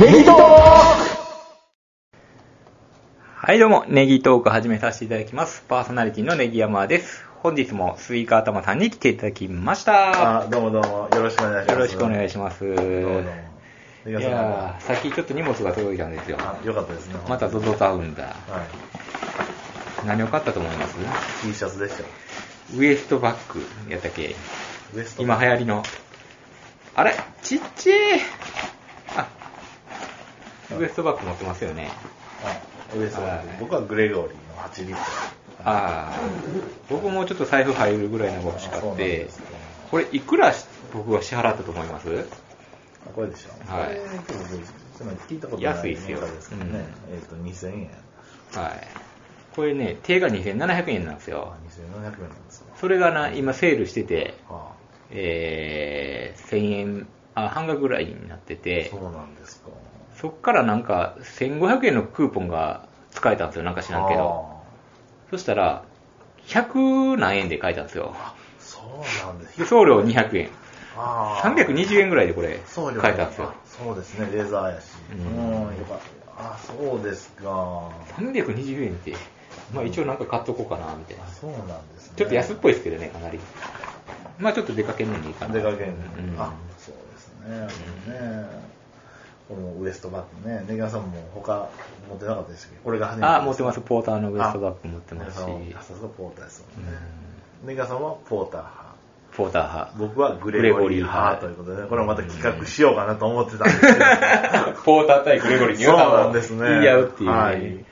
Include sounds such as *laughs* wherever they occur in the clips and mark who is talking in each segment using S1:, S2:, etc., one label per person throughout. S1: ネギトー
S2: はい、どうも、ネギトーク始めさせていただきます。パーソナリティのネギ山です。本日もスイカ頭さんに来ていただきました。
S1: あ、どうもどうも、よろしくお願いします。
S2: よろしくお願いします。
S1: どうもどうも。
S2: い
S1: ネギさ
S2: やー、さっきちょっと荷物が届いたんですよ。
S1: ん。あ、よかったですね。
S2: また
S1: は
S2: ゾゾタウンだ。
S1: い。
S2: 何を買ったと思います
S1: T シャツでしたよ。
S2: ウエストバッグやったっけ
S1: ウエスト。
S2: 今流行りの。あれちっちゃいあ、ウエストバッグ持ってますよね。
S1: はい。ウエスト
S2: はい。
S1: 僕はグレゴリーの8リット
S2: ああ、僕もちょっと財布入るぐらいのが
S1: ル。
S2: 欲し
S1: あそう
S2: か
S1: な
S2: っ
S1: ん
S2: て
S1: で、すね
S2: これいくら僕は支払ったと思います
S1: あこれでしょ。
S2: はい
S1: えー。でもつまり聞いたことない
S2: 安いっすよ
S1: メーカーですけ
S2: う
S1: ど
S2: ん
S1: ね。えっと、2000円。
S2: はい。これね、定価2700円なんですよ
S1: あ。、2700円なんですか。
S2: それがな、今セールしてて、
S1: あ、
S2: えー、1000円、あ、半額ぐらいになってて
S1: そ、うなんですか。
S2: そっからなんか1500円のクーポンが使えたんですよ、なんか知らんけど。
S1: あー。
S2: そしたら、100何円で買えたんですよ。
S1: そうなんです
S2: で。送料200円。
S1: あー
S2: 320円ぐらいでこれ、
S1: そうじゃな
S2: 買
S1: い
S2: えたんですよ。
S1: そうですね、レザーやし。
S2: う
S1: うんん、よかった。あ、そうですか。
S2: 320円って、まあ一応なんか買っとこうかな、みたいな
S1: あ。そうなんですね。
S2: ちょっと安っぽいですけどね、かなり。まあちょっと出かけるのにいいかな。
S1: 出かけんね
S2: うん
S1: あ、そうですね。ねこのウエストバッグね。ネギワさんも他持ってなかったでしたっけこれが初めて。
S2: あ、持ってます。ポーターのウエストバッグ持って
S1: ネ
S2: ま
S1: ギワ
S2: す
S1: さ
S2: し、
S1: んはあさすがポーターですもんね。ネギワさんはポーター派。
S2: ポーター派。
S1: 僕はグレゴリー派
S2: グ
S1: と
S2: レ
S1: いう
S2: ゴ
S1: ことでね、これもまた企画しようかなと思ってたんですけど。
S2: ポーター対グレゴリーに
S1: *laughs* そうなんですね。
S2: 言い合うっていうね。
S1: はい。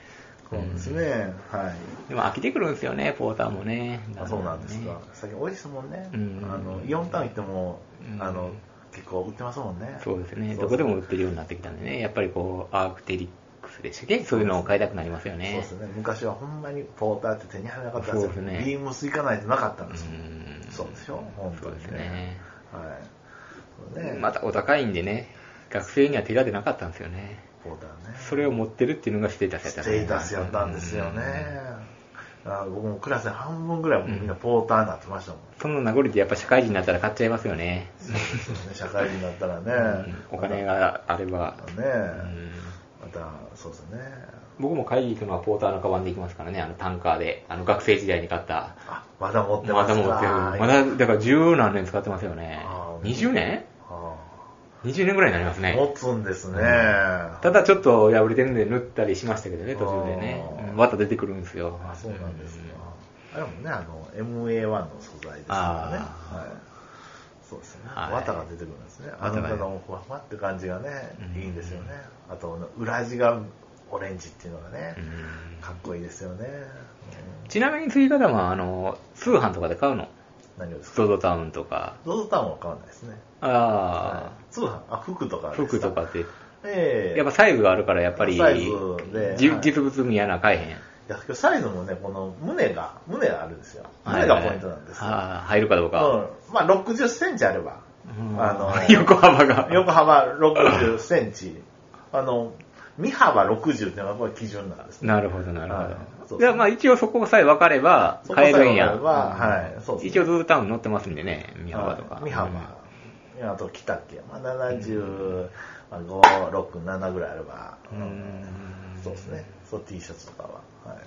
S1: そうですね。はい。
S2: でも飽きてくるんですよね、ポーターもね。
S1: あそうなんですか。最近多いですもんね。
S2: うん
S1: あのイオンタウン行っても、
S2: うん
S1: あの結構売ってますもんね。
S2: そうです
S1: そ
S2: ね。
S1: う
S2: どこでも売ってるようになってきたんでね。やっぱりこう、アークテリックスでしたっけそういうのを買いたくなりますよ
S1: そうで
S2: ね
S1: す。ね。昔はほんまにポーターって手に入らなかったんですよ。
S2: そうですね
S1: ビームス行かないとなかったんですよ。
S2: うん
S1: そうでしょ。本当
S2: そう
S1: に
S2: ですね。
S1: はい。そうね。
S2: またお高いんでね、学生には手が出なかったんですよね。
S1: ポーターね。
S2: それを持ってるっていうのがステータスやった
S1: ス
S2: ね
S1: テータスやったんですよね。あ僕もクラスで半分ぐらいはもうみんなポーターになってましたもん。
S2: *laughs* その名残でやっぱ社会人になったら買っちゃいますよね。
S1: そうですよね。社会人になったらね
S2: うん。お金があれば
S1: ま。
S2: う
S1: たね。
S2: ん
S1: また、そうですね。
S2: 僕も会議行くのはポーターのカバンで行きますからね、あのタンカーで、あの学生時代に買った。
S1: あ、まだ持って
S2: ま
S1: ま
S2: だ
S1: す
S2: 持
S1: か
S2: ってる。ま
S1: あ
S2: だ、だから十何年使ってますよね
S1: あ。ー
S2: 20年
S1: あ
S2: ?20 年ぐらいになりますね。
S1: 持つんですね。
S2: ただちょっと破れてるんで塗ったりしましたけどね、途中でね
S1: あー。
S2: うんまた出てくるんですよ。
S1: あ、そうなんですね
S2: うん。
S1: あれもね、あの、MA1 の素材ですからね。
S2: あー
S1: はい。そうですね。
S2: はい
S1: 綿が出てくるんですね。あ
S2: 綿
S1: の
S2: が
S1: 方のふわふわって感じがね
S2: う、ん
S1: いいんですよね。あと、裏地がオレンジっていうのがね
S2: う、ん
S1: かっこいいですよね。うん
S2: ちなみに次方は、あの、通販とかで買うの
S1: 何をですか
S2: ゾゾタウンとか。
S1: ロードタウンは買わないですね。
S2: あ
S1: はい通販、あ、服とか
S2: あ、
S1: です
S2: 服とかって、
S1: ええ
S2: やっぱサイズがあるから、やっぱり、
S1: サイズで
S2: じ
S1: はい
S2: 実物見やな買えへん。
S1: いやサイズもね、この胸が、胸があるんですよ。胸がポイントなんですよ。
S2: ああ、入るかどう
S1: う
S2: か。
S1: ん、まあ、60センチあれば、
S2: うん
S1: あの
S2: *laughs* 横幅が。
S1: *laughs* 横幅60センチ、あの、身幅60っていうのがこれ基準なんですね。
S2: なるほど、なるほ
S1: はいそ
S2: ど。
S1: うそう
S2: いや、まあ一応そこさえ分かれば、買えるんや。
S1: そこさえ分かればはいそうそう
S2: 一応ズータウン乗ってますんでね、三
S1: は
S2: 幅
S1: い
S2: とか。
S1: 身幅。あと、着丈、まあ、75、6、7ぐらいあれば、
S2: うん。うん
S1: そうですね。そう、T シャツとかは。はい。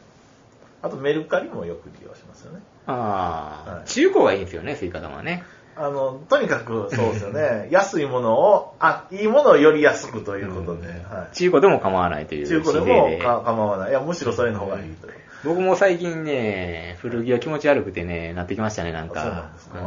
S1: あと、メルカリもよく利用しますよね。
S2: ああ、
S1: はい
S2: 中古がいいんですよね、スイカ玉はね。
S1: あの、とにかく、そうですよ
S2: *laughs*
S1: ね。安いものを、あ、いいものをより安くということで、はい。
S2: 中古でも構わないという
S1: 中
S2: 姿
S1: 古で
S2: 勢
S1: も
S2: で。
S1: か構わない。いや、むしろそれの方がいいという。
S2: 僕も最近ね、古着が気持ち悪くてね、なってきましたね、なんか。
S1: そうなんですか
S2: うん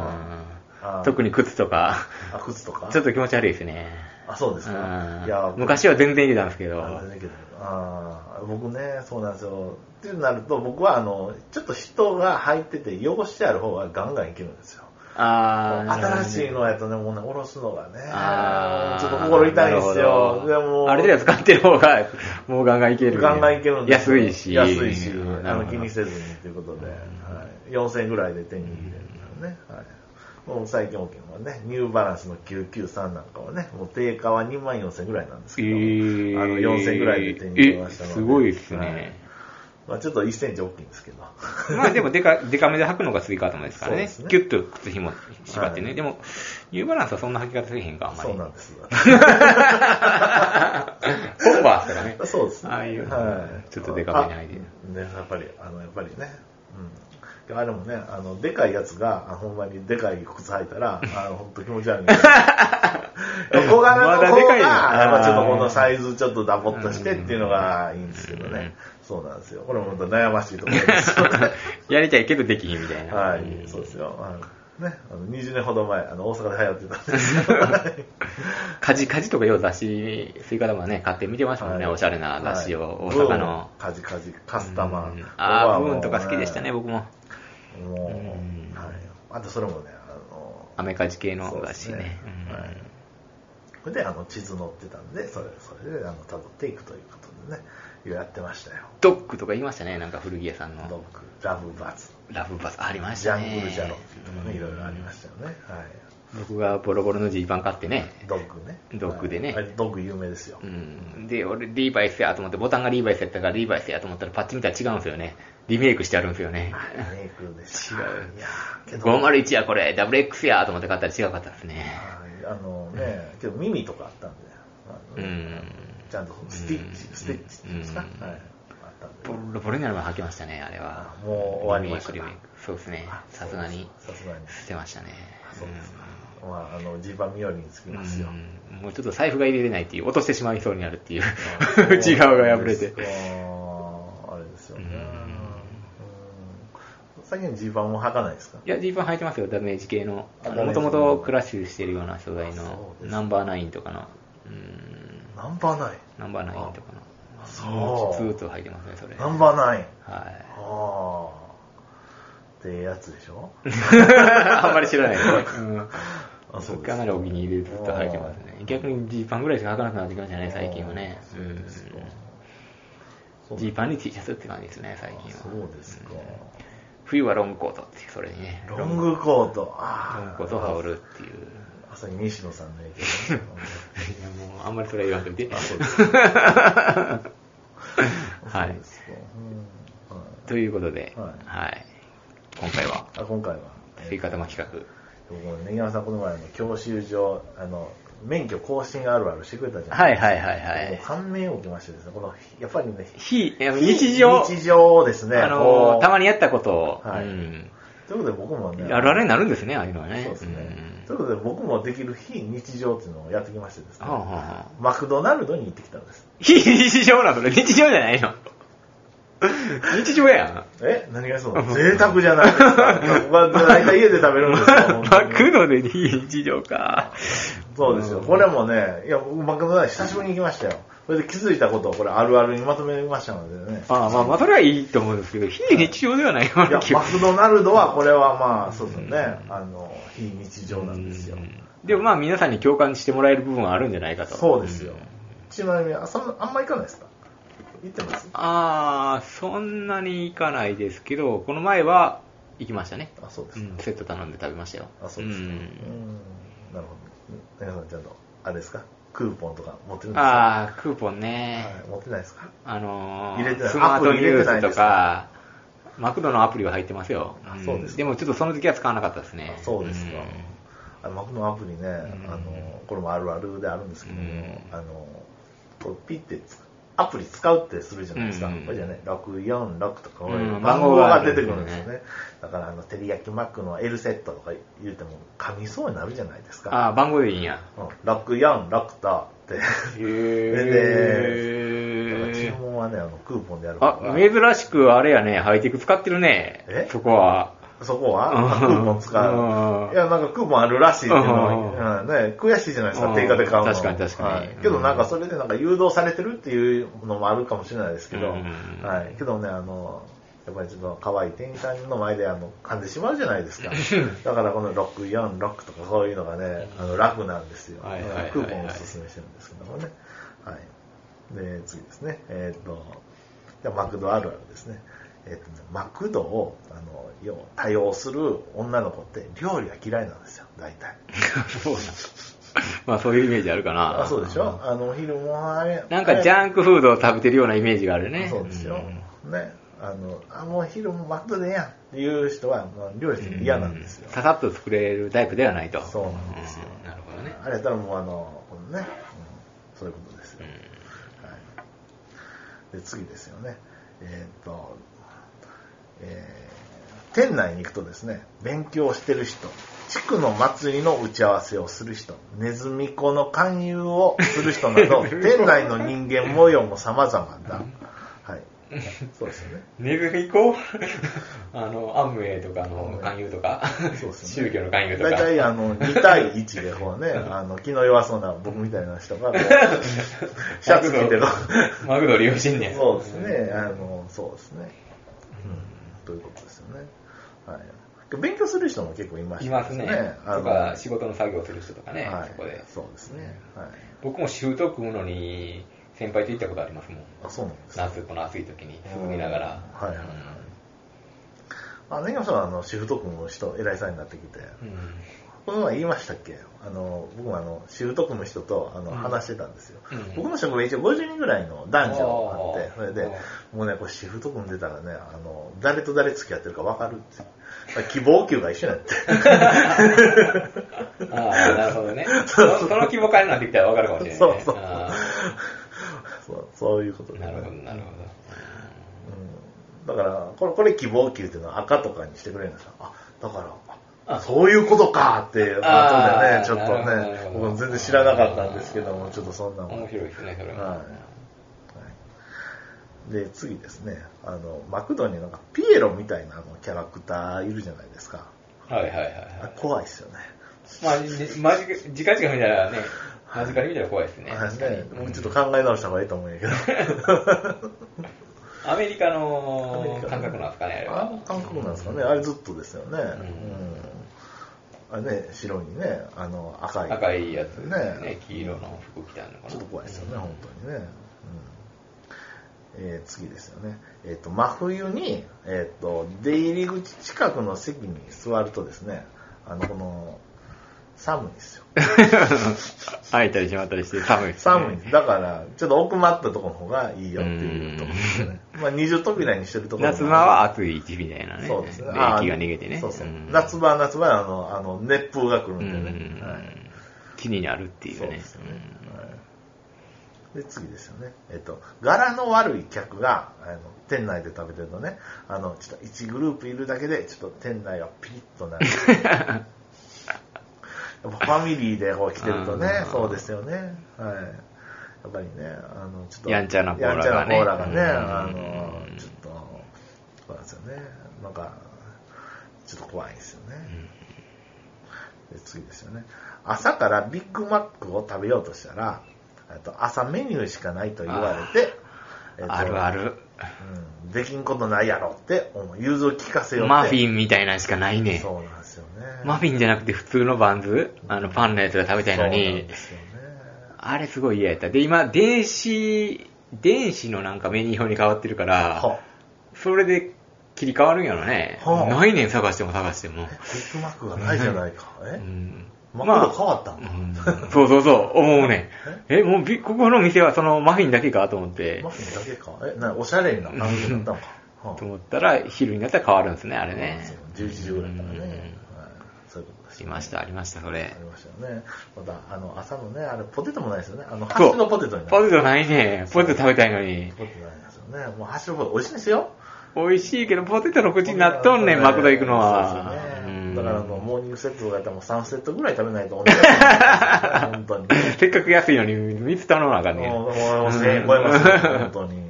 S1: あー
S2: 特に靴とか、
S1: あ、靴とか
S2: ちょっと気持ち悪いですね。
S1: あ、そうです
S2: う
S1: か
S2: ん。
S1: いや、
S2: 昔は全然入れたんですけ
S1: あ
S2: ど
S1: れ、だけどあー僕ね、そうなんですよ。ってなると、僕は、あの、ちょっと人が入ってて汚してある方がガンガンいけるんですよ。
S2: ああ、
S1: 新しいのやとね、もうね、おろすのがね、
S2: あー
S1: ちょっと心痛いんですよ。
S2: な
S1: で
S2: るほど
S1: も
S2: ある程度使ってる方が、もうガンガンいける。
S1: ガンガンいけるんですよ
S2: 安いし。
S1: 安いし、
S2: うん
S1: あの気にせずにということで、はい、4000円ぐらいで手に入れるからね。はいもう最近大きいのはね、ニューバランスの993なんかはね、もう定価は2万4000円ぐらいなんです
S2: え
S1: けど、
S2: ー
S1: あの4000円ぐらいで手に入れましたの
S2: え
S1: で。
S2: すごいですね。
S1: はいまあ、ちょっと1センチ大きいんですけど。
S2: まあでもデカ、デカ *laughs* めで履くのがスイカ頭ですからね。
S1: そうですね
S2: キュッと靴紐縛ってね。
S1: はい
S2: でも、ニューバランスはそんな履き方せえへんか、あんまり。
S1: そうな
S2: *laughs*
S1: んです。
S2: ホッパーとかね。 *laughs*
S1: そうですね。
S2: ああいう
S1: はい、
S2: ちょっとデカめに履いてる
S1: あね、やっぱり、あの、やっぱりね。うん。あれもね、あの、でかいやつが、あほんまにでかい靴履いたら、あの、ほんと気持ち悪いんですよ。
S2: *laughs*
S1: 小柄の
S2: まだで
S1: 子が、
S2: かいな
S1: やっぱちょっとこ
S2: あ
S1: の
S2: ー
S1: サイズちょっとダボっとしてっていうのがいいんですけど
S2: うん
S1: ね。そうなんですよ。これも本当悩ましいところ
S2: *laughs*
S1: ですよね。
S2: やりたいけどできひんみたいな。
S1: はい、そうですよ。あのね、あの20年ほど前、あの、大阪で流行ってた
S2: *laughs*
S1: んですけどはい
S2: カジカジとかよう雑誌、スイカ玉ね、買って見てましたもんね、
S1: はい
S2: おしゃれな雑誌を、
S1: はい
S2: 大阪の。
S1: ブーンカジカジ、カスタマ
S2: うん
S1: ー。
S2: ああ、
S1: ここはもう
S2: ブーンとか好きでしたね、。僕も。
S1: もう、
S2: うん
S1: はい。あとそれもね、あの、
S2: アメカジ系の
S1: そうで
S2: 雑
S1: す
S2: 誌ね。うん
S1: はい。それで、あの、地図載ってたんで、それ、それで、あの、辿っていくということでね、いろいろやってましたよ。
S2: ドックとか言いましたね、なんか古着屋さん
S1: ドッ
S2: の。
S1: グ、ラブバツ、
S2: ラブバス、ありまし
S1: ジ
S2: た
S1: ャ
S2: ね。
S1: ングルジャロっていうとかね、いろいろありま
S2: た。
S1: したよね。はい。
S2: 僕がボロボロのジーパン買ってね。
S1: ドッグね。
S2: ドッグでね
S1: はいあれドッグ有名ですよ。
S2: うん。で、俺、リーバイスやと思って、ボタンがリーバイスやったからリーバイスやと思ったら、パッチ見たら違うんですよね。リメイクしてあるんですよね。
S1: メイクでした。
S2: 違う
S1: いやーけど、
S2: 501やこれ、WX やと思って買ったら違かったですね。
S1: はいあのね、けど耳とかあったんで、あの
S2: うん
S1: ちゃんとスティッチ、
S2: うん
S1: スティッチっていうんですか、
S2: うん
S1: はい、あったんで
S2: ボロボロになるまで履きましたね、あれは
S1: あ。もう終わりましたか
S2: リメイクリメイクそうですね
S1: あ。
S2: さすがに、
S1: さすがに。
S2: 捨てましたね。
S1: そうですか。まあ、あの、ジーパンミオリにつき
S2: うん
S1: ますよ。
S2: うんもうちょっと財布が入れれないっていう、落としてしまいそうになるっていう
S1: あ、
S2: *laughs* 内側が破れて
S1: そう。ですかあれですよね。
S2: うん
S1: うん最近ジーパンも履かないですか
S2: いや、ジーパン履いてますよ、ダメージ系の。
S1: あダメー
S2: も
S1: ジ
S2: ともとクラッシュしてるような素材
S1: あ
S2: の
S1: そう、ですか
S2: ナンバーナインとかの、うん、
S1: ナンバーナイン。
S2: ナンバーナインとかの。
S1: あそう
S2: スーツを履いてますね、それ。
S1: ナンバーナイ
S2: は
S1: ン。
S2: い。
S1: ああ。ってやつで
S2: *laughs*
S1: しょ
S2: あんまり知ら
S1: *laughs*
S2: ないですね。
S1: あそうです
S2: かなりお気に入りでずっと履いてますね。逆にジーパンぐらいしか履かなくなってきましたね、最近はね。
S1: そうですか
S2: うんジーパンに T シャツって感じですね、最近
S1: そ
S2: は。
S1: うですか。
S2: 冬はロングコートって、それにね。
S1: ロングコート。
S2: ロ
S1: あ
S2: ン
S1: あ
S2: グ。コートを羽織るっていう。
S1: まさに西野さんの影響で
S2: いや、も *laughs* うあんまりそれ言わんといて。
S1: あそうですか。
S2: はい
S1: そうで。すかうんはい
S2: ということで、
S1: は
S2: はい。今回は、
S1: あ今回は、
S2: 吸い方巻企画。
S1: 僕もね、根山さんこの前の教習所、あの、免許更新あるあるしてくれたじゃな
S2: はい
S1: い
S2: はいはいは
S1: もう
S2: い。
S1: 感銘を受けましてですね、この、やっぱりね、
S2: 非、いや日常、
S1: 日常をですね、
S2: あの
S1: こ
S2: ー、
S1: う
S2: たまにやったことを、
S1: はい
S2: うん。
S1: ということで僕もね、
S2: あるあるになるんですね、ああいうのはね。
S1: そうですね。ということで僕もできる非日常っていうのをやってきましてです
S2: うん
S1: ね
S2: はあ、はあはあ
S1: マクドナルドに行ってきたんです。
S2: 非日常なのそれ日常じゃないの日常や *laughs* ん。
S1: え何がそうなの贅沢じゃないですか。まあ、大体家で食べるんで
S2: *laughs*
S1: すよ。本当
S2: マ
S1: に
S2: クドで非日常か。
S1: そうですよ。これもね、いや、僕マクドナルド久しぶりに行きましたよ。それで気づいたことをこれあるあるにまとめましたのでね。
S2: ああまあまあ、それはいいと思うんですけど、非日常ではないようない
S1: や、
S2: 気が
S1: マクドナルドはこれはまあ、そうですよね。あの、非日常なんですよ
S2: う。んでもまあ皆さんに共感してもらえる部分はあるんじゃないかと。
S1: そうですよ。ちなみに、あそんあんま行かないですか行ってます
S2: ああ、そんなに行かないですけど、この前は行きましたね。
S1: あ、そうで
S2: う
S1: すか
S2: ん、。セット頼んで食べましたよ。
S1: あ、そうですか。うん
S2: ん、
S1: なるほど。皆さんちゃんと、あれですかクーポンとか持ってるんですか
S2: ああ、クーポンね。
S1: はい持ってないですか
S2: あのー
S1: 入れてない
S2: スマートニュ
S1: アプリ入れてな
S2: ース
S1: いで
S2: と
S1: す
S2: か、マクドのアプリは入ってますよ。
S1: あそうですか
S2: んでもちょっとその時は使わなかったですね
S1: あ。そうですか
S2: ん。
S1: あのマクドのアプリね、あの、これもあるあるであるんですけども
S2: うん、
S1: あの、こうピッてつ、アプリ使うってするじゃないですか。
S2: うんうん
S1: これじゃね、646とかこういう
S2: うん
S1: 番号が出てく
S2: 番号
S1: る
S2: が
S1: んですよね。だから、あの、照り焼きマックの L セットとか言うても、噛みそうになるじゃないですか。
S2: ああ、番号でいいんや。
S1: うん、646とって。
S2: へ
S1: だから注文はね、あの、クーポンでやるか
S2: あ、
S1: ら。
S2: 珍しくあれやね、ハイテク使ってるね。
S1: え
S2: そこは。
S1: そこは、クーポン使う。いや、なんかクーポンあるらしいっていうのは、うんね、悔しいじゃないです
S2: うん
S1: か、定価で買うの。
S2: 確かに確かに
S1: はいけどなんかそれでなんか誘導されてるっていうのもあるかもしれないですけど、
S2: うん
S1: はい。けどね、あの、やっぱりちょっと可愛い店員さんの前であの噛んでしまうじゃないで
S2: *laughs*
S1: すか。だからこの646とかそういうのがね、あの楽なんですよ。
S2: はいはいはいはい
S1: クーポンをおすすめしてるんですけどもね。はい。で、次ですね。えーっと、じゃあマクドあるあるですね。えーっとねマクドを、あの、要は多用する女の子って料理が嫌いなんですよ、大体。
S2: そうなんまあそういうイメージあるかな。
S1: あ、そうでしょあの、お昼もあれ。
S2: なんかジ
S1: ん
S2: ャンクフードを食べてるようなイメージがあるね。
S1: そうですよ。ね。あの、あ、もう昼もマクドでええやんっていう人は、まあ、料理して嫌なんですよ
S2: う。ささっと作れるタイプではないと。
S1: そうなんですよ
S2: うんなるほどね。
S1: あれやったらもうあの、このね、うんそういうことですよ。はい、で次ですよね、えーっとえー店内に行くとですね勉強してる人地区の祭りの打ち合わせをする人ネズミ子の勧誘をする人など店内の人間模様も様々だ、はい、そうですよね
S2: ネズミ子 *laughs* あの、アムウェイとかの勧誘とか、
S1: そうですよ
S2: 宗
S1: ね
S2: 教の勧誘とか。
S1: 大体あの2対1で
S2: *laughs*
S1: こうね、あの気の弱そうな僕みたいな人がこう、
S2: *laughs*
S1: シャツ着てる。
S2: マクド利用してんねん。
S1: そうですね、あの、そうですね。うん、ということですよね。はい。勉強する人も結構いまし
S2: い
S1: た
S2: ますね。
S1: あ
S2: と
S1: の、
S2: か、仕事の作業する人とかね、
S1: はい
S2: そこで。
S1: そうですね。はい。
S2: 僕もシュート組むのに、先輩と行ったことありますもん。
S1: あ、そうなんですね。
S2: 夏、この暑い時に、涼みながら。
S1: うんはいはいはいあ、ねぎさんは、あの、シフト君の人、偉いさんになってきて、
S2: うん
S1: この前言いましたっけあの、僕もあの、シフト君の人と、あの、
S2: うん
S1: 話してたんですよ。
S2: うん
S1: 僕の職場一応50人ぐらいの男女あって、
S2: あー
S1: それで、もうね、これシフト組んでたらね、あの、誰と誰付き合ってるか分かるって。希望級が一緒に
S2: *laughs*
S1: なって。 *laughs*
S2: ああ、なるほどね。そのその規模からなってきたら分かるかもしれない、ね。
S1: そうそう
S2: あ
S1: そうそういうこと
S2: あ
S1: で
S2: なるほど、
S1: うん
S2: なるほど。
S1: だから、これ、これ希望級っていうのは赤とかにしてくれるんですよ。あ、だから、
S2: あ
S1: そういうことかっていう、後でね
S2: あー、
S1: ちょっ
S2: なるほどなる
S1: とね、
S2: ほど
S1: 僕も全然知らなかったんですけども、ちょっとそんなもん。
S2: 面白いですね、それは。
S1: ははいで、次ですね、あの、マクドになんかピエロみたいなあのキャラクターいるじゃないですか。
S2: はい、はい、はい
S1: あ
S2: は
S1: 怖いですよね。
S2: い。まあ、じまじ、じかじか見たらね、間近に見たら怖いですね。
S1: あれね
S2: うん
S1: もうちょっと考え直した方がいいと思うんやけど。
S2: アメリカ
S1: アメリ
S2: の
S1: カ
S2: 感覚なんですかね、あれ
S1: *laughs* あ
S2: は
S1: の。韓国なんですかね、あれずっとですよね。うんあれね、白にね、あの赤い。
S2: 赤いやつですね
S1: ね
S2: 黄色の服着たのかな。
S1: ちょっと怖いですよ
S2: *laughs*
S1: ね、本当にね。うんえー次ですよね。えっ、と、真冬に、えっ、と、出入り口近くの席に座るとですね、あの、この、寒いんですよ。
S2: 開いたり閉まったりして寒いです、ね。
S1: 寒いんです。だから、ちょっと奥まったところの方がいいよっていうところですね。まあ、二重扉にしてるところも
S2: 夏場は暑い時期みたいなね。
S1: そうですね。
S2: 冷気
S1: あー
S2: が逃げてね。
S1: そうそう。
S2: ん
S1: 夏場は夏場はあの、あの、熱風が来
S2: う
S1: る
S2: ん
S1: で
S2: ん
S1: ね。はい。
S2: 気になるっていうね。
S1: そうですよね。はいで、次ですよね。えっと、柄の悪い客が、あの、店内で食べてるとね、あの、ちょっと1グループいるだけで、ちょっと店内がピリッと
S2: *laughs*
S1: なる。やっぱファミリーでこう来てるとね
S2: あー、
S1: そうですよね。はい。やっぱりね、あの、ちょっと、
S2: やんちゃな子
S1: や
S2: らが
S1: ん
S2: ね
S1: ちゃな子らがね、あ
S2: うん
S1: の、ちょっと、そうなんですよね。なんか、ちょっと怖いんですよね。で次ですよね。朝からビッグマックを食べようとしたら、えっと朝メニューしかないと言われて、えっと
S2: あるあ。る。
S1: うん、できんことないやろって思う、融通聞かせようって。
S2: マフ
S1: ン
S2: ィンみたいなのしかないね。
S1: そうなんですよね。
S2: マフィンじゃなくて普通のバンズ、あのパンのやつが食べたいの
S1: そうな
S2: に
S1: んで、すよね。
S2: あれすごい嫌やった。で、今、電子、電子のなんかメニュー表に変わってるか
S1: は
S2: ら、それで切り替わるんやろね。
S1: はあ
S2: ないねん、探しても探しても
S1: えビ。ッグマックがないじゃないか。
S2: う
S1: え、
S2: ん
S1: マクド変わったん
S2: う
S1: か、
S2: んそうそうそう、思うねん。え、もうび、ここの店はそのマフィンだけかと思って
S1: マ、フィンだけかえなおしゃれな感じになったのか。は
S2: と思ったら、昼になったら変わるんですね、あれね。
S1: 11時ぐらいからね。
S2: う
S1: はい
S2: ん。
S1: そういうことです
S2: ありました、ありました、それ
S1: あ。りましたよね。また、あの、朝のね、あれ、ポテトもないですよね。あの、
S2: そう
S1: ハッシュドポテトにな
S2: ポ
S1: る。
S2: テトないね。ポテト食べたいのに。
S1: ポテトないですよね。もうハッシュドポテト、美味しいですよ。
S2: 美味しいけど、ポテトの口になっとんねん、マクド行くのは。
S1: そうですよ
S2: う
S1: ね。
S2: ん
S1: だから、あの、モーニングセットとかやったらもう3セットぐらい食べないと同じだと思うんですよね。本当に。
S2: せっかく安いのに、3つ頼まなあかんねん
S1: もう、もう、1000円超えますよ、本当に。
S2: *laughs*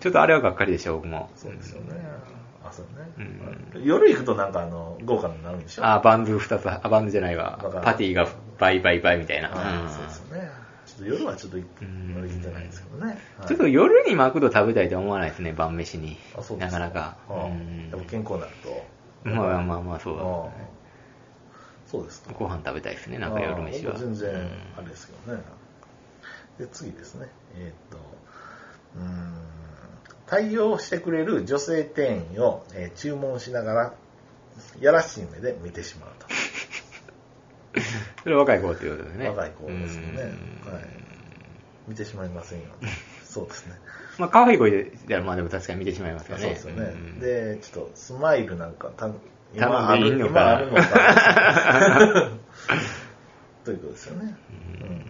S2: ちょっとあれはがっかりでしょ、僕も。
S1: そうですよね。朝ね
S2: うん。
S1: 夜行くとなんか、あの、豪華になるんでしょ
S2: あ、バンズ2つ、あ、バンズじゃないわ
S1: だから。
S2: パティが倍倍倍みたいな。う
S1: は
S2: ん
S1: いそうですよね。ちょっと夜はちょっと行って乗り切ってないですけどね。はい
S2: ちょっと夜にマクド食べたいとは思わないですね、晩飯に
S1: あそう。で
S2: な
S1: す
S2: かなか。
S1: ああ
S2: うん
S1: でも健康になると。
S2: まあまあまあ、そうだ
S1: ああそうですか。
S2: ご飯食べたいですね、なんか夜飯
S1: あ
S2: は。
S1: あ全
S2: う
S1: 然
S2: ん、
S1: あれですけどね。で、次ですね。えーっと、うーん、対応してくれる女性店員を、えー注文しながら、やらしい目で見てしまうと。
S2: それは若い子ということでね。
S1: 若い子ですよね
S2: うん。
S1: はい。見てしまいませんよ。そうですね。
S2: まあ、可愛い声では、まあでも確かに見てしまいます
S1: そ
S2: よ
S1: う
S2: ね。
S1: ですよね、
S2: ん
S1: でちょっとスマイルなんかた
S2: 頼んでいいのか
S1: 今ある今あるのか *laughs* ということですよね、うん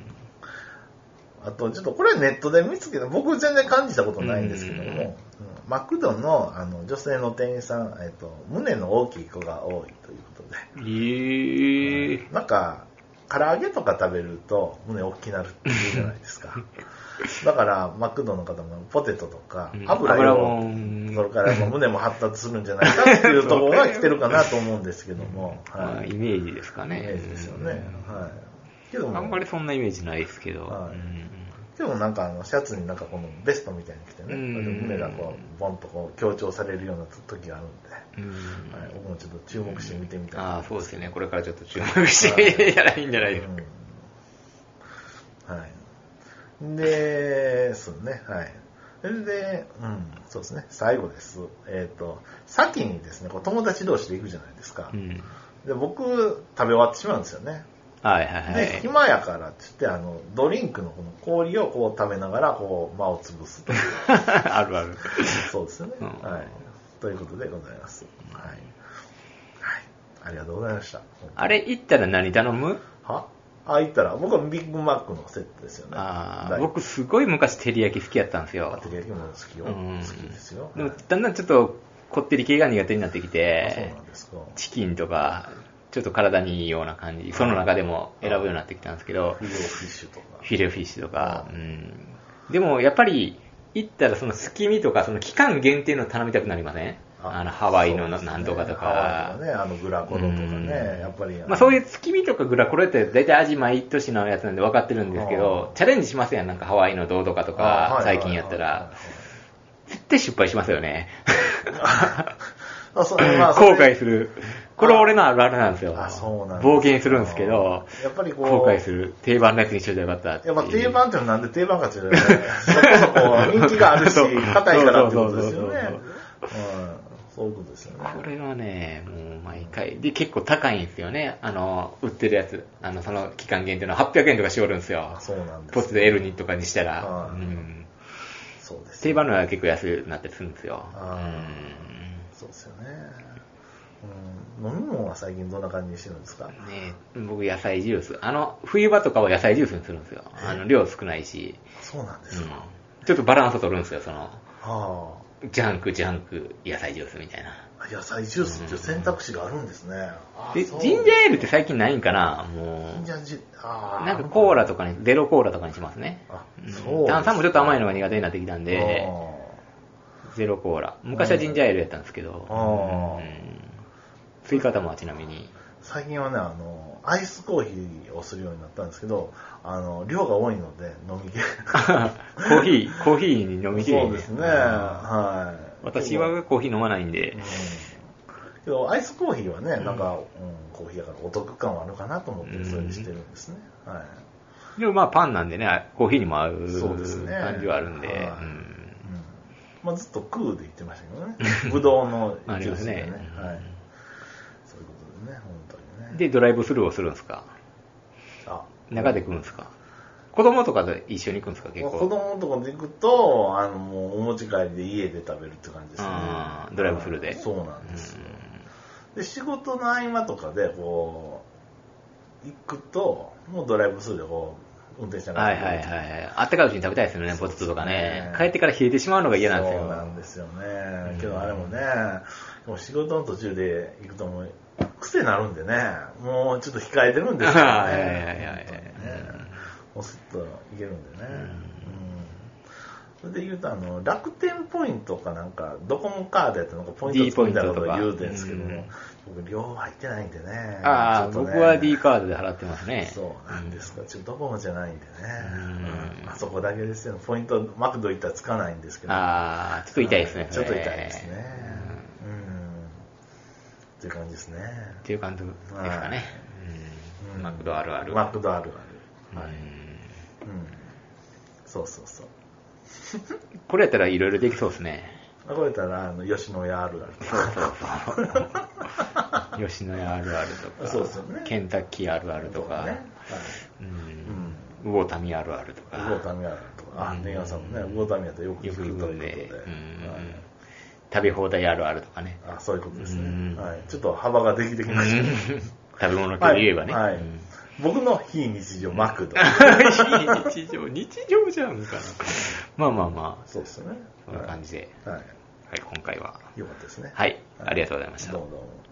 S1: あとちょっとこれはネットで見つけた僕全然感じたことないんですけども、
S2: うん
S1: うんマクドのあの女性の店員さん、えっと、胸の大きい子が多いということで
S2: えー
S1: なんか、唐揚げとか食べると胸大きくなるっていうじゃないで
S2: *laughs*
S1: すか。だから、マクドの方もポテトとか
S2: う、ん
S1: 油
S2: 油
S1: を
S2: も
S1: 取るからもう胸も発達するんじゃないかっていうところが来てるかなと思うんですけども、
S2: ま
S1: は
S2: あ、
S1: い。
S2: イ
S1: イ
S2: メージですか
S1: メ
S2: ね。
S1: ージですよね。はい。けど
S2: うんあん
S1: も
S2: ま、りそんなイメージないですけど。
S1: はい
S2: うん
S1: でもなんかあのシャツになんかこのベストみたいに着てね、
S2: うん
S1: それで胸がこう、ボンとこう強調されるような時があるんで、
S2: うん
S1: はい、僕もちょっと注目して見てみたい
S2: ああ、そうですよね。これからちょっと注目していたらいいんじゃないですか。
S1: うんはい。ですね、はい。それで、うん、そうですね、最後です。えっ、と、先にですね、こう友達同士で行くじゃないですか。
S2: うん
S1: で、僕、食べ終わってしまうんですよね。
S2: はいはいは
S1: で、
S2: い。
S1: 暇やからって言って、あの、ドリンクのこの氷をこう食べながら、こう、間を潰す
S2: *laughs*
S1: という。
S2: あるある。
S1: そうですよね。
S2: うん
S1: はい。ということでございます。はい。はい。ありがとうございました。
S2: あれ行ったら何頼む
S1: はあ、言ったら、僕はビッグマックのセットですよね。
S2: ああ、
S1: 大
S2: 僕すごい昔照り焼き好きやったんです
S1: あ
S2: よ
S1: テ。リヤキも好きよ。
S2: う
S1: 好
S2: ん
S1: きですよ。
S2: でも
S1: はい
S2: だんだんちょっとこってり系が苦手になってき
S1: あそう
S2: て
S1: な、んですか。
S2: チキンとか、ちょっと体にいいような感じ、その中でも選ぶようになってきたんですけど
S1: フ、ィレオフィッシュとか。
S2: フィレオフィッシュとか、
S1: う
S2: うんでもやっぱり行ったらその月見とか、その期間限定の頼みたくなりませんあのハワイの
S1: そう
S2: な
S1: ですね
S2: なんとかと
S1: ハワイ
S2: か
S1: の。ね、あのグラコロと
S2: う
S1: か
S2: ん
S1: ね、やっぱり。
S2: まあそういう
S1: う。
S2: 月見とかグラコロやったら大体味毎年のやつなんで分かってるんですけど
S1: あ、
S2: チャレンジしますやん、なんかハワイのどうとかと
S1: あ
S2: か
S1: は、いはい
S2: 最近やった
S1: はいはい
S2: ら。絶対失敗しますよね。
S1: *laughs* あ、そう、まあ、
S2: 後悔する。これ俺のあるあるなんですよ。
S1: あ、そうなんです
S2: 冒険するんですけど、
S1: やっぱりこう、
S2: 後悔する。定番のやつにしといてよかったってい
S1: や
S2: う
S1: っぱ定番ってのはなんで定番かっていうとね、そこそこ人気
S2: *laughs*
S1: があるし、硬いからってことですよね。
S2: そううそうそ
S1: ん
S2: う
S1: そういうことですよね。
S2: これはね、もう毎回。で、結構高いんですよね。あの、売ってるやつ。あの、その期間限定の800円とかしおるんですよ
S1: あ。そうなんです
S2: ポテト L にとかにしたら。
S1: はい
S2: うん
S1: そうです
S2: 定
S1: よ
S2: 番
S1: ね
S2: のは結構安くなったりするんですよ。
S1: あそうですよね。うん、飲み物は最近どんな感じにしてるんですか
S2: うんね僕、野菜ジュース。あの、冬場とかは野菜ジュースにするんですよ。あの、量少ないし。
S1: そうなんですか。
S2: うんちょっとバランス取るんですよ、その、
S1: は
S2: ジャンク、ジャンク、野菜ジュースみたいな。
S1: あ、野菜ジュースっていう選択肢があるんですね。あ
S2: で、ジ
S1: そ
S2: ン
S1: う
S2: ジャーエールって最近ないんかなも
S1: ジンジャージュあ
S2: う、
S1: あ。
S2: なんかコーラとかに、ゼロコーラとかにしますね。
S1: あ
S2: うん
S1: そう
S2: 炭酸もちょっと甘いのが苦手になってきたんで、ゼロコーラ。昔はジンジャーエールやったんですけど、
S1: あー
S2: うん吸い方もちなみに。
S1: 最近はね、あの、アイスコーヒーをするようになったんですけど、あの、量が多いので飲み切れ
S2: *laughs* コーヒー、コーヒーに飲みきれん
S1: そうですね。はい。
S2: 私はコーヒー飲まないんで
S1: うん、けどアイスコーヒーはね、なんか、うん、コーヒーだからお得感はあるかなと思ってそれにしてるんですね。はい。
S2: でもまあパンなんでね、コーヒーにも合う
S1: そうですね
S2: 感じはあるんで、
S1: はい
S2: うん
S1: うんまあ、ずっと空で言ってましたけどね。ぶどうの
S2: *laughs* あ
S1: ジ
S2: り
S1: ュー
S2: ま
S1: ス
S2: す
S1: でね。
S2: ね。
S1: はい。そういうことでね、本当にね。
S2: で、ドライブスルーをするんですか
S1: あ、
S2: 中で食うんですか子供とかと一緒に行くんですか結
S1: 子
S2: 構。
S1: 供のとこで行くと、あの、もうお持ち帰りで家で食べるって感じですね
S2: あ。ードライブスルーで
S1: そうなんですよ。で、仕事の合間とかで、こう、行くと、もうドライブスルーでこう、運転しなが
S2: は
S1: ら
S2: い
S1: 食
S2: は
S1: べ
S2: い
S1: ると。
S2: はいはい。あったかいうちに食べたいですよね、
S1: そ
S2: ポ
S1: うで
S2: テ
S1: すね
S2: トとかね。帰ってから冷えてしまうのが嫌なんですよ。
S1: そうなんですよね。けどあれもね、でも仕事の途中で行くともう癖になるんでね、もうちょっと控えてるんですよ
S2: *laughs*
S1: ね。
S2: はいはいはいはい
S1: 本当にねもうすっといけるんでね。うんそれで言うと、あの、楽天ポイントかなんか、ドコモカードやったのか、ポイントつくみたいなことを言うてんですけど
S2: うん
S1: も、僕、両方入ってないんでね。
S2: ああ、
S1: ちょっとね
S2: 僕は D カードで払ってますね。
S1: そうなんですか、ちょっとドコモじゃないんでね、
S2: うん
S1: あそこだけですよ、ポイント、マクド行ったらつかないんですけど、
S2: ああ、ちょっと痛いですね。
S1: ちょっと痛い
S2: それ
S1: ですね。うん。っていう感じですね。
S2: っていう感じですかね。う
S1: う
S2: ん
S1: ん
S2: マクドあるある。
S1: マクドあるある。は
S2: う
S1: い。
S2: ん
S1: うん。そうそうそう。
S2: これやったらいろいろできそうですね。
S1: あこれたら、あの、吉野家あるあると
S2: そ
S1: か。
S2: うそうそう。吉野家あるあるとか、
S1: そうですよね
S2: ケンタッキーあるあると
S1: ね。
S2: か
S1: はい、
S2: う
S1: うんん。
S2: 魚民あるあるとか、
S1: 魚民あるあるとか。あ、
S2: うん
S1: ネガさんもね、魚民やとよく
S2: よ
S1: 聞
S2: く
S1: くとい
S2: 行
S1: う
S2: く
S1: こと
S2: の
S1: で。
S2: で、うん
S1: はい
S2: 食べ放題あるあるとか *laughs* ね。
S1: あそういうことです
S2: うん
S1: ね、はい。ちょっと幅ができてきましたね。
S2: 食べ物系で言えばね。
S1: はいはい
S2: うん
S1: 僕の非日常、マ
S2: *laughs*
S1: クド。
S2: 日常、日常じゃんかな。まあまあまあ、
S1: そうですよね。
S2: そんな感じで、
S1: はい。は
S2: はい、今回は。
S1: い。よかったですね。
S2: はい、
S1: はい
S2: ありがとうございました
S1: どう。もどうも。